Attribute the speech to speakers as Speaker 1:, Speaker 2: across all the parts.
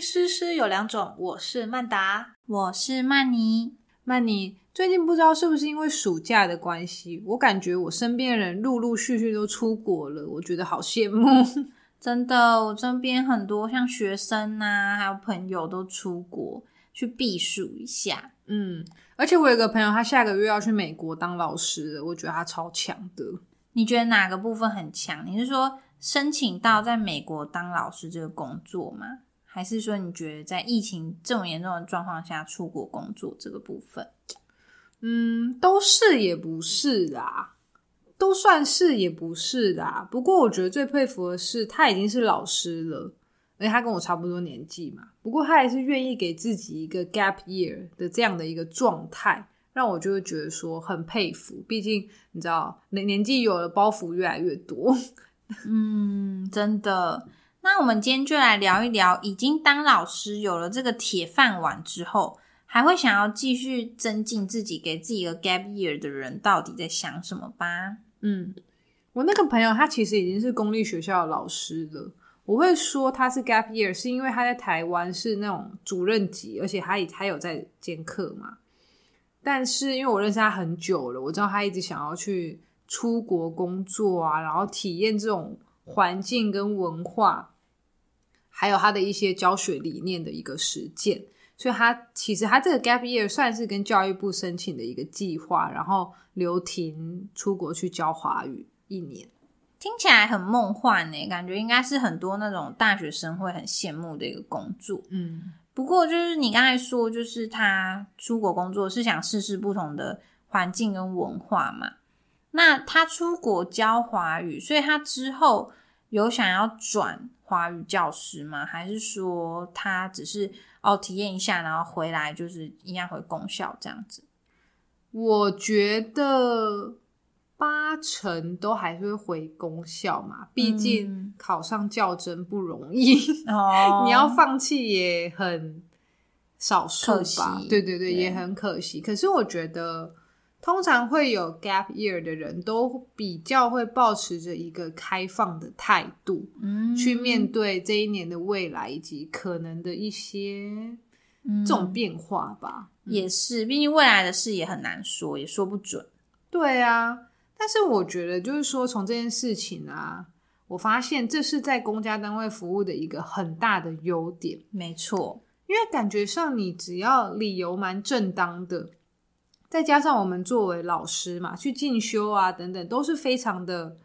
Speaker 1: 诗诗有两种，我是曼达。
Speaker 2: 我是曼妮，
Speaker 3: 曼妮，最近不知道是不是因为暑假的关系，我感觉我身边的人陆陆续续都出国了，我觉得好羡慕。
Speaker 2: 真的，我身边很多像学生啊，还有朋友都出国去避暑一下。
Speaker 3: 嗯，而且我有个朋友，他下个月要去美国当老师了，我觉得他超强的。
Speaker 2: 你觉得哪个部分很强？你是说申请到在美国当老师这个工作吗？还是说你觉得在疫情这么严重的状况下出国工作这个部分？
Speaker 3: 嗯，都是也不是啦，都算是也不是啦。不过我觉得最佩服的是，他已经是老师了，而且他跟我差不多年纪嘛。不过他还是愿意给自己一个 gap year 的这样的一个状态，让我就会觉得说很佩服。毕竟你知道，年年纪有了，包袱越来越多。
Speaker 2: 嗯，真的。那我们今天就来聊一聊，已经当老师有了这个铁饭碗之后，还会想要继续增进自己，给自己一个 gap year 的人，到底在想什么吧？
Speaker 3: 嗯，我那个朋友他其实已经是公立学校的老师了。我会说他是 gap year，是因为他在台湾是那种主任级，而且他也他有在兼课嘛。但是因为我认识他很久了，我知道他一直想要去出国工作啊，然后体验这种环境跟文化，还有他的一些教学理念的一个实践。所以他其实他这个 gap year 算是跟教育部申请的一个计划，然后留停出国去教华语一年。
Speaker 2: 听起来很梦幻呢、感觉应该是很多那种大学生会很羡慕的一个工作。
Speaker 3: 嗯
Speaker 2: 不过就是你刚才说，就是他出国工作是想试试不同的环境跟文化嘛。那他出国教华语，所以他之后有想要转华语教师吗？还是说他只是哦体验一下，然后回来就是一样回公校这样子？
Speaker 3: 我觉得八成都还是会回公校嘛，毕竟
Speaker 2: 嗯
Speaker 3: 考上教真不容易，
Speaker 2: 哦
Speaker 3: 你要放弃也很少数
Speaker 2: 可惜
Speaker 3: 吧？对对对，
Speaker 2: 对
Speaker 3: 也很可惜。可是我觉得，通常会有 gap year 的人都比较会保持着一个开放的态度、
Speaker 2: 嗯
Speaker 3: 去面对这一年的未来以及可能的一些
Speaker 2: 嗯
Speaker 3: 这种变化吧。嗯
Speaker 2: 也是，毕竟未来的事也很难说，也说不准。
Speaker 3: 对啊，但是我觉得就是说，从这件事情啊，我发现这是在公家单位服务的一个很大的优点，
Speaker 2: 没错，
Speaker 3: 因为感觉上你只要理由蛮正当的，再加上我们作为老师嘛，去进修啊等等，都是非常的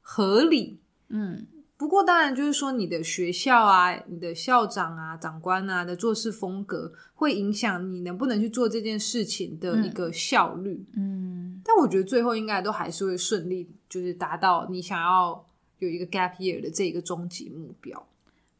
Speaker 3: 合理。
Speaker 2: 嗯，
Speaker 3: 不过当然就是说，你的学校啊、你的校长啊、长官啊的做事风格，会影响你能不能去做这件事情的一个效率。
Speaker 2: 嗯，
Speaker 3: 但我觉得最后应该都还是会顺利，就是达到你想要有一个 gap year 的这一个终极目标。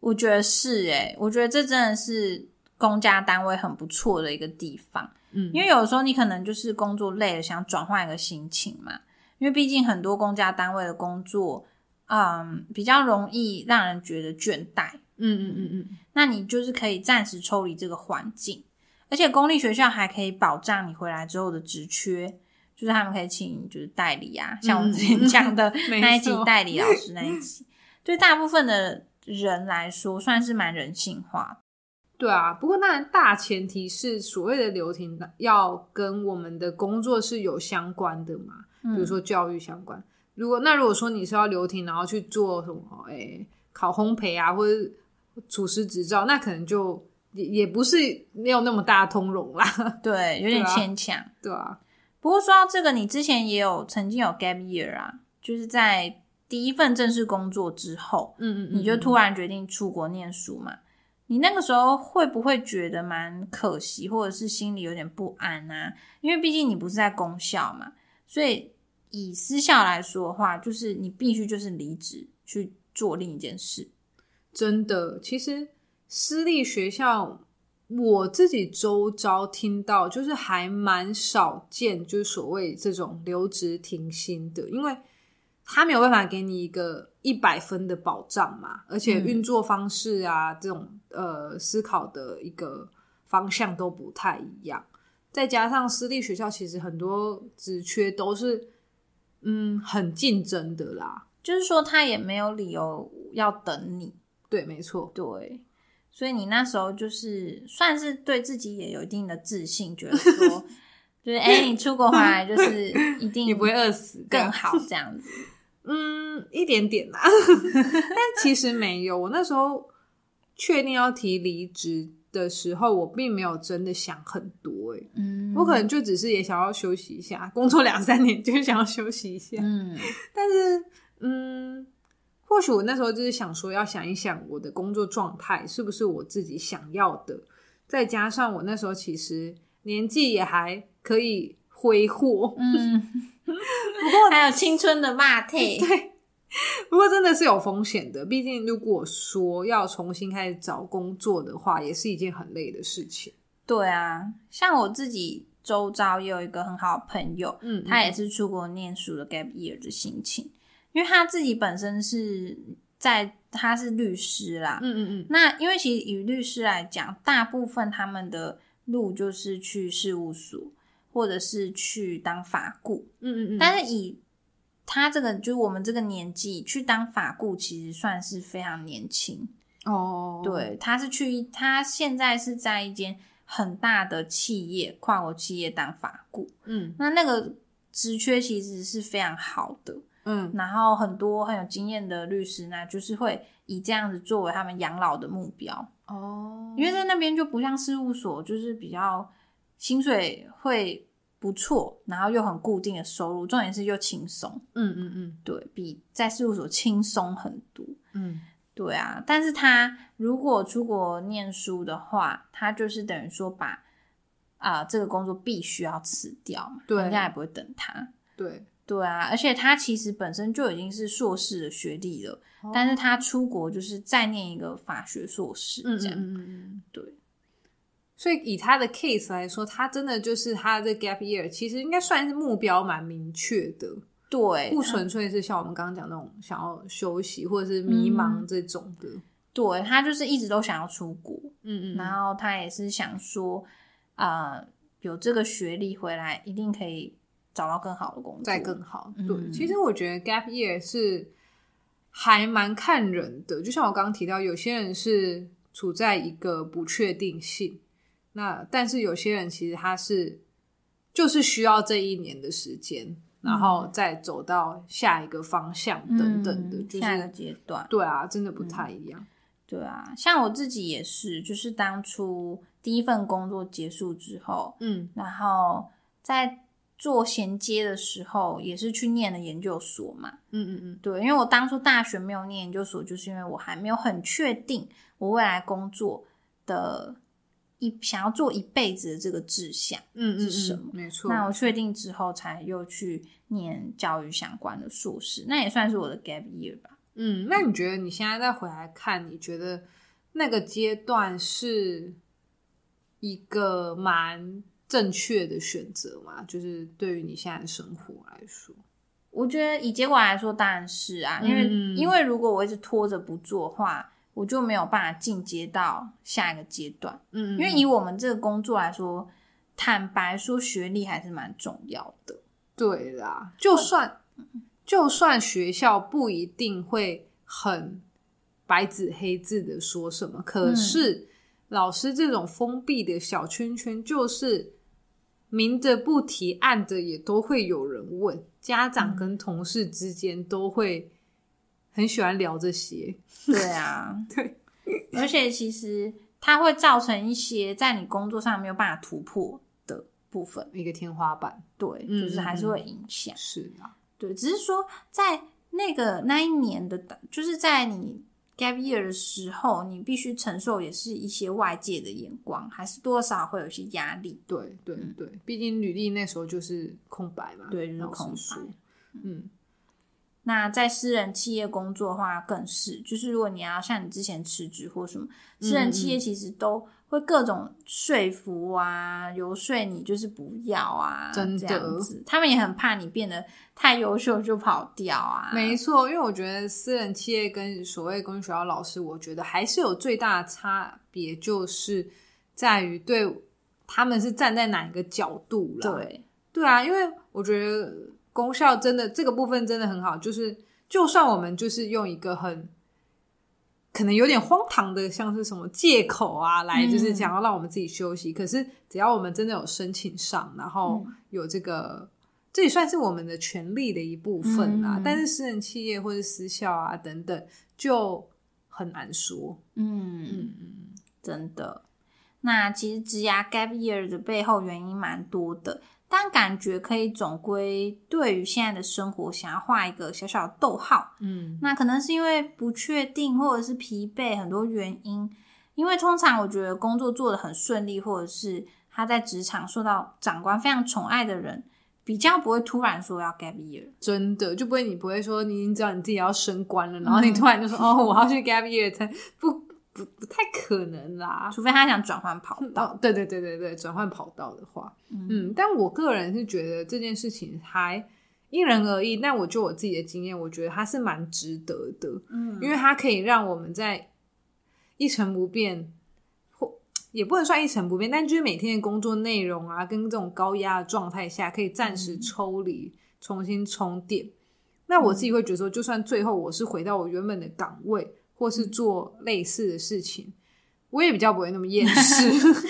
Speaker 2: 我觉得是诶、我觉得这真的是公家单位很不错的一个地方，
Speaker 3: 嗯
Speaker 2: 因为有时候你可能就是工作累了，想转换一个心情嘛。因为毕竟很多公家单位的工作，嗯，比较容易让人觉得倦怠。
Speaker 3: 嗯嗯嗯嗯，
Speaker 2: 那你就是可以暂时抽离这个环境，而且公立学校还可以保障你回来之后的职缺，就是他们可以请就是代理啊，像我们之前讲的
Speaker 3: 嗯 没
Speaker 2: 那一集
Speaker 3: 错
Speaker 2: 代理老 师那一集，对大部分的人来说算是蛮人性化
Speaker 3: 对啊。不过当然大前提是所谓的留停要跟我们的工作是有相关的嘛，
Speaker 2: 的，
Speaker 3: 比如说教育相关。如果那如果说你是要留停，然后去做什么，哎、考烘焙啊，或者厨师执照，那可能就也也不是没有那么大的通融啦，
Speaker 2: 嗯对，有点
Speaker 3: 对啊
Speaker 2: 牵强。
Speaker 3: 对啊。
Speaker 2: 不过说到这个，你之前也有曾经有 gap year 啊，就是在第一份正式工作之后，
Speaker 3: 嗯嗯嗯，
Speaker 2: 你就突
Speaker 3: 然
Speaker 2: 然决定出国念书嘛？你那个时候会不会觉得蛮可惜，或者是心里有点不安啊？因为毕竟你不是在公校嘛，所以以私校来说的话，就是你必须就是离职去做另一件事。
Speaker 3: 真的，其实私立学校我自己周遭听到，就是还蛮少见，就是所谓这种留职停薪的，因为他没有办法给你一个一百分的保障嘛，而且
Speaker 2: 嗯
Speaker 3: 运作方式啊，这种呃思考的一个方向都不太一样。再加上私立学校其实很多职缺都是嗯很竞争的啦，
Speaker 2: 就是说，他也没有理由要等你，
Speaker 3: 对，没错，
Speaker 2: 对，所以你那时候就是算是对自己也有一定的自信，觉得 说就是哎、你出国回来就是一定
Speaker 3: 你不会饿死，
Speaker 2: 更好这样子。
Speaker 3: 嗯，一点点 啦，但其实没有。我那时候确定要提离职的时候，我并没有真的想很多、欸，
Speaker 2: 嗯，
Speaker 3: 我可能就只是也想要休息一下，工作两三年就是想要休息一下。
Speaker 2: 嗯
Speaker 3: 但是，嗯，或许我那时候就是想说，要想一想我的工作状态是不是我自己想要的，再加上我那时候其实年纪也还可以挥霍，
Speaker 2: 嗯，不过还有青春的袜退，
Speaker 3: 不过真的是有风险的，毕竟如果说要重新开始找工作的话，也是一件很累的事情。
Speaker 2: 对啊，像我自己周遭也有一个很好的朋友，
Speaker 3: 嗯，
Speaker 2: 他也是出国念书的 gap year 的心情，因为他自己本身是在他是律师啦，
Speaker 3: 嗯，嗯嗯
Speaker 2: 那因为其实以律师来讲，大部分他们的路就是去事务所，或者是去当法顾。
Speaker 3: 嗯嗯嗯，
Speaker 2: 但是以他这个，就是我们这个年纪去当法顾，其实算是非常年轻。
Speaker 3: 哦，
Speaker 2: 对，他是去，他现在是在一间很大的企业，跨国企业当法顾。
Speaker 3: 嗯
Speaker 2: 那那个职缺其实是非常好的，
Speaker 3: 嗯
Speaker 2: 然后很多很有经验的律师呢，就是会以这样子作为他们养老的目标。
Speaker 3: 哦，
Speaker 2: 因为在那边就不像事务所，就是比较薪水会不错，然后又很固定的收入，重点是又轻松，
Speaker 3: 嗯嗯嗯
Speaker 2: 对比在事务所轻松很多。
Speaker 3: 嗯
Speaker 2: 对啊，但是他如果出国念书的话，他就是等于说把啊、这个工作必须要辞掉嘛，
Speaker 3: 对
Speaker 2: 人家也不会等他。
Speaker 3: 对，
Speaker 2: 对啊，而且他其实本身就已经是硕士的学历了，
Speaker 3: 哦
Speaker 2: 但是他出国就是再念一个法学硕士
Speaker 3: 嗯嗯
Speaker 2: 这样。
Speaker 3: 嗯嗯嗯。
Speaker 2: 对，
Speaker 3: 所以以他的 case 来说，他真的就是他的 gap year，其实应该算是目标蛮明确的，
Speaker 2: 对，
Speaker 3: 不纯粹是像我们刚刚讲那种想要休息
Speaker 2: 嗯
Speaker 3: 或者是迷茫这种的。
Speaker 2: 对他就是一直都想要出国，
Speaker 3: 嗯
Speaker 2: 然后他也是想说，呃，有这个学历回来一定可以找到更好的工作，
Speaker 3: 再更好。
Speaker 2: 嗯
Speaker 3: 对，其实我觉得 gap year 是还蛮看人的，就像我刚刚提到，有些人是处在一个不确定性，那但是有些人其实他是就是需要这一年的时间，然后再走到下一个方向等等的，
Speaker 2: 嗯
Speaker 3: 就
Speaker 2: 下一个
Speaker 3: 是
Speaker 2: 阶嗯段。
Speaker 3: 对啊，真的不太一样。
Speaker 2: 对啊，像我自己也是，就是当初第一份工作结束之后，
Speaker 3: 嗯
Speaker 2: 然后在做衔接的时候，也是去念了研究所嘛，
Speaker 3: 嗯嗯嗯，
Speaker 2: 对，因为我当初大学没有念研究所，就是因为我还没有很确定我未来工作的一想要做一辈子的这个志向。
Speaker 3: 嗯嗯
Speaker 2: 是什么
Speaker 3: 嗯，没错。
Speaker 2: 那我确定之后，才又去念教育相关的硕士，那也算是我的 gap year 吧。
Speaker 3: 嗯，那你觉得你现在再回来看，你觉得那个阶段是一个蛮正确的选择吗？就是对于你现在的生活来说，
Speaker 2: 我觉得以结果来说，当然是啊，因为、
Speaker 3: 嗯
Speaker 2: 因为如果我一直拖着不做的话，我就没有办法进阶到下一个阶段。
Speaker 3: 嗯
Speaker 2: 因为以我们这个工作来说，坦白说，学历还是蛮重要的。
Speaker 3: 对啦，就算就算学校不一定会很白纸黑字的说什么，可
Speaker 2: 嗯
Speaker 3: 是老师这种封闭的小圈圈，就是明着不提，暗着也都会有人问，家长跟同事之间都会很喜欢聊这些。
Speaker 2: 对啊，
Speaker 3: 对，
Speaker 2: 而且其实它会造成一些在你工作上没有办法突破的部分，
Speaker 3: 一个天花板
Speaker 2: 对，
Speaker 3: 嗯
Speaker 2: 就是还是会影响。
Speaker 3: 是啊，
Speaker 2: 对，只是说在那个那一年的，就是在你 gap year 的时候，你必须承受也是一些外界的眼光，还是多少会有一些压力。
Speaker 3: 对对
Speaker 2: 嗯
Speaker 3: 对，毕竟履历那时候就是空白嘛，
Speaker 2: 对就是
Speaker 3: 老实
Speaker 2: 空白
Speaker 3: 说嗯
Speaker 2: 那在私人企业工作的话，更是就是如果你要像你之前辞职或什么，私
Speaker 3: 嗯
Speaker 2: 人企业其实都会各种说服啊、游说你，就是不要啊，
Speaker 3: 真的
Speaker 2: 这样子，他们也很怕你变得太优秀就跑掉啊。
Speaker 3: 没错，因为我觉得私人企业跟所谓公立学校老师，我觉得还是有最大的差别，就是在于对他们是站在哪一个角度啦。
Speaker 2: 对，
Speaker 3: 对啊，因为我觉得功效真的这个部分真的很好，就是就算我们就是用一个很可能有点荒唐的，像是什么借口啊，来
Speaker 2: 嗯
Speaker 3: 就是想要让我们自己休息。可是只要我们真的有申请上，然后
Speaker 2: 嗯
Speaker 3: 有这个，这也算是我们的权利的一部分啦。
Speaker 2: 嗯
Speaker 3: 但是私人企业或者私校啊等等，就很难说。
Speaker 2: 嗯，
Speaker 3: 嗯嗯。
Speaker 2: 真的。那其实职涯 gap year 的背后原因蛮多的，但感觉可以总归对于现在的生活想要画一个小小的逗号。
Speaker 3: 嗯
Speaker 2: 那可能是因为不确定或者是疲惫很多原因，因为通常我觉得工作做得很顺利，或者是他在职场受到长官非常宠爱的人，比较不会突然说要 gap year。
Speaker 3: 真的就不会，你不会说你已经知道你自己要升官了，然后
Speaker 2: 嗯
Speaker 3: 你突然就说、哦，我要去 gap year，才不不不太可能啦。
Speaker 2: 除非他想转换跑道。
Speaker 3: 到对对对对对，转换跑道的话，
Speaker 2: 嗯
Speaker 3: 嗯，但我个人是觉得这件事情还因人而异。但我就我自己的经验，我觉得它是蛮值得的，
Speaker 2: 嗯
Speaker 3: 因为它可以让我们在一成不变，或也不能算一成不变，但就是每天的工作内容啊，跟这种高压的状态下，可以暂时
Speaker 2: 嗯
Speaker 3: 抽离，重新充电。那我
Speaker 2: 嗯
Speaker 3: 自己会觉得说，就算最后我是回到我原本的岗位，或
Speaker 2: 嗯
Speaker 3: 是做类似的事情，我也比较不会那么厌世。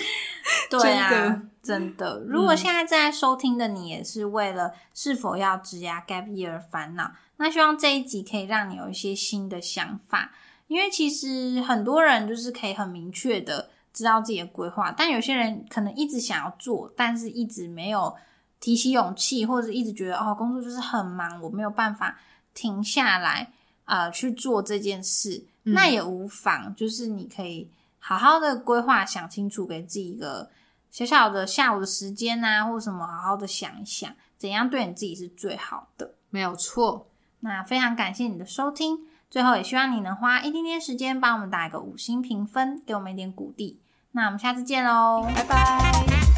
Speaker 2: 对
Speaker 3: 真的嗯
Speaker 2: 啊，真的。如果现在正在收听的你也是为了是否要职涯 gap year 而烦恼，那希望这一集可以让你有一些新的想法，因为其实很多人就是可以很明确的知道自己的规划，但有些人可能一直想要做，但是一直没有提起勇气，或者一直觉得哦，工作就是很忙，我没有办法停下来呃去做这件事，
Speaker 3: 嗯
Speaker 2: 那也无妨，就是你可以好好的规划，想清楚，给自己一个小小的下午的时间啊，或什么，好好的想一想，怎样对你自己是最好的。
Speaker 3: 没有错，
Speaker 2: 那非常感谢你的收听，最后也希望你能花一点点时间帮我们打一个五星评分，给我们一点鼓励。那我们下次见喽，
Speaker 3: 拜拜。